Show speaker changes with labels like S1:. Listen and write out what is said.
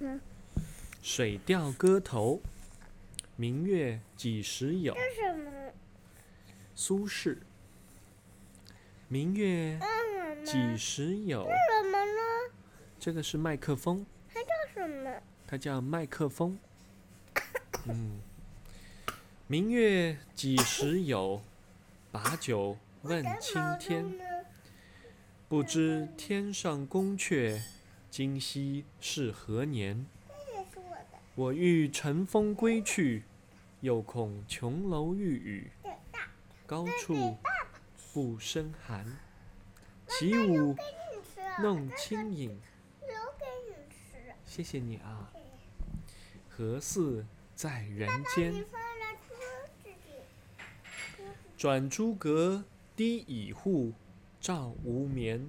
S1: 《水调歌头》明月几时有？
S2: 这什么？
S1: 苏轼。明月
S2: 嗯，
S1: 几时有？
S2: 什么呢？
S1: 这个是麦克风，
S2: 它叫什么？
S1: 它叫麦克风。嗯，明月几时有？把酒问青天。不知天上宫阙，今夕是何年？
S2: 这也是我的。
S1: 我欲乘风归去，又恐琼楼玉宇，
S2: 对，大。
S1: 高处不胜寒。起舞
S2: 给你吃。
S1: 弄清影，
S2: 留给你吃。
S1: 谢谢你啊。何似在人间
S2: 你？放在桌子里。
S1: 转朱阁，低绮户，照无眠。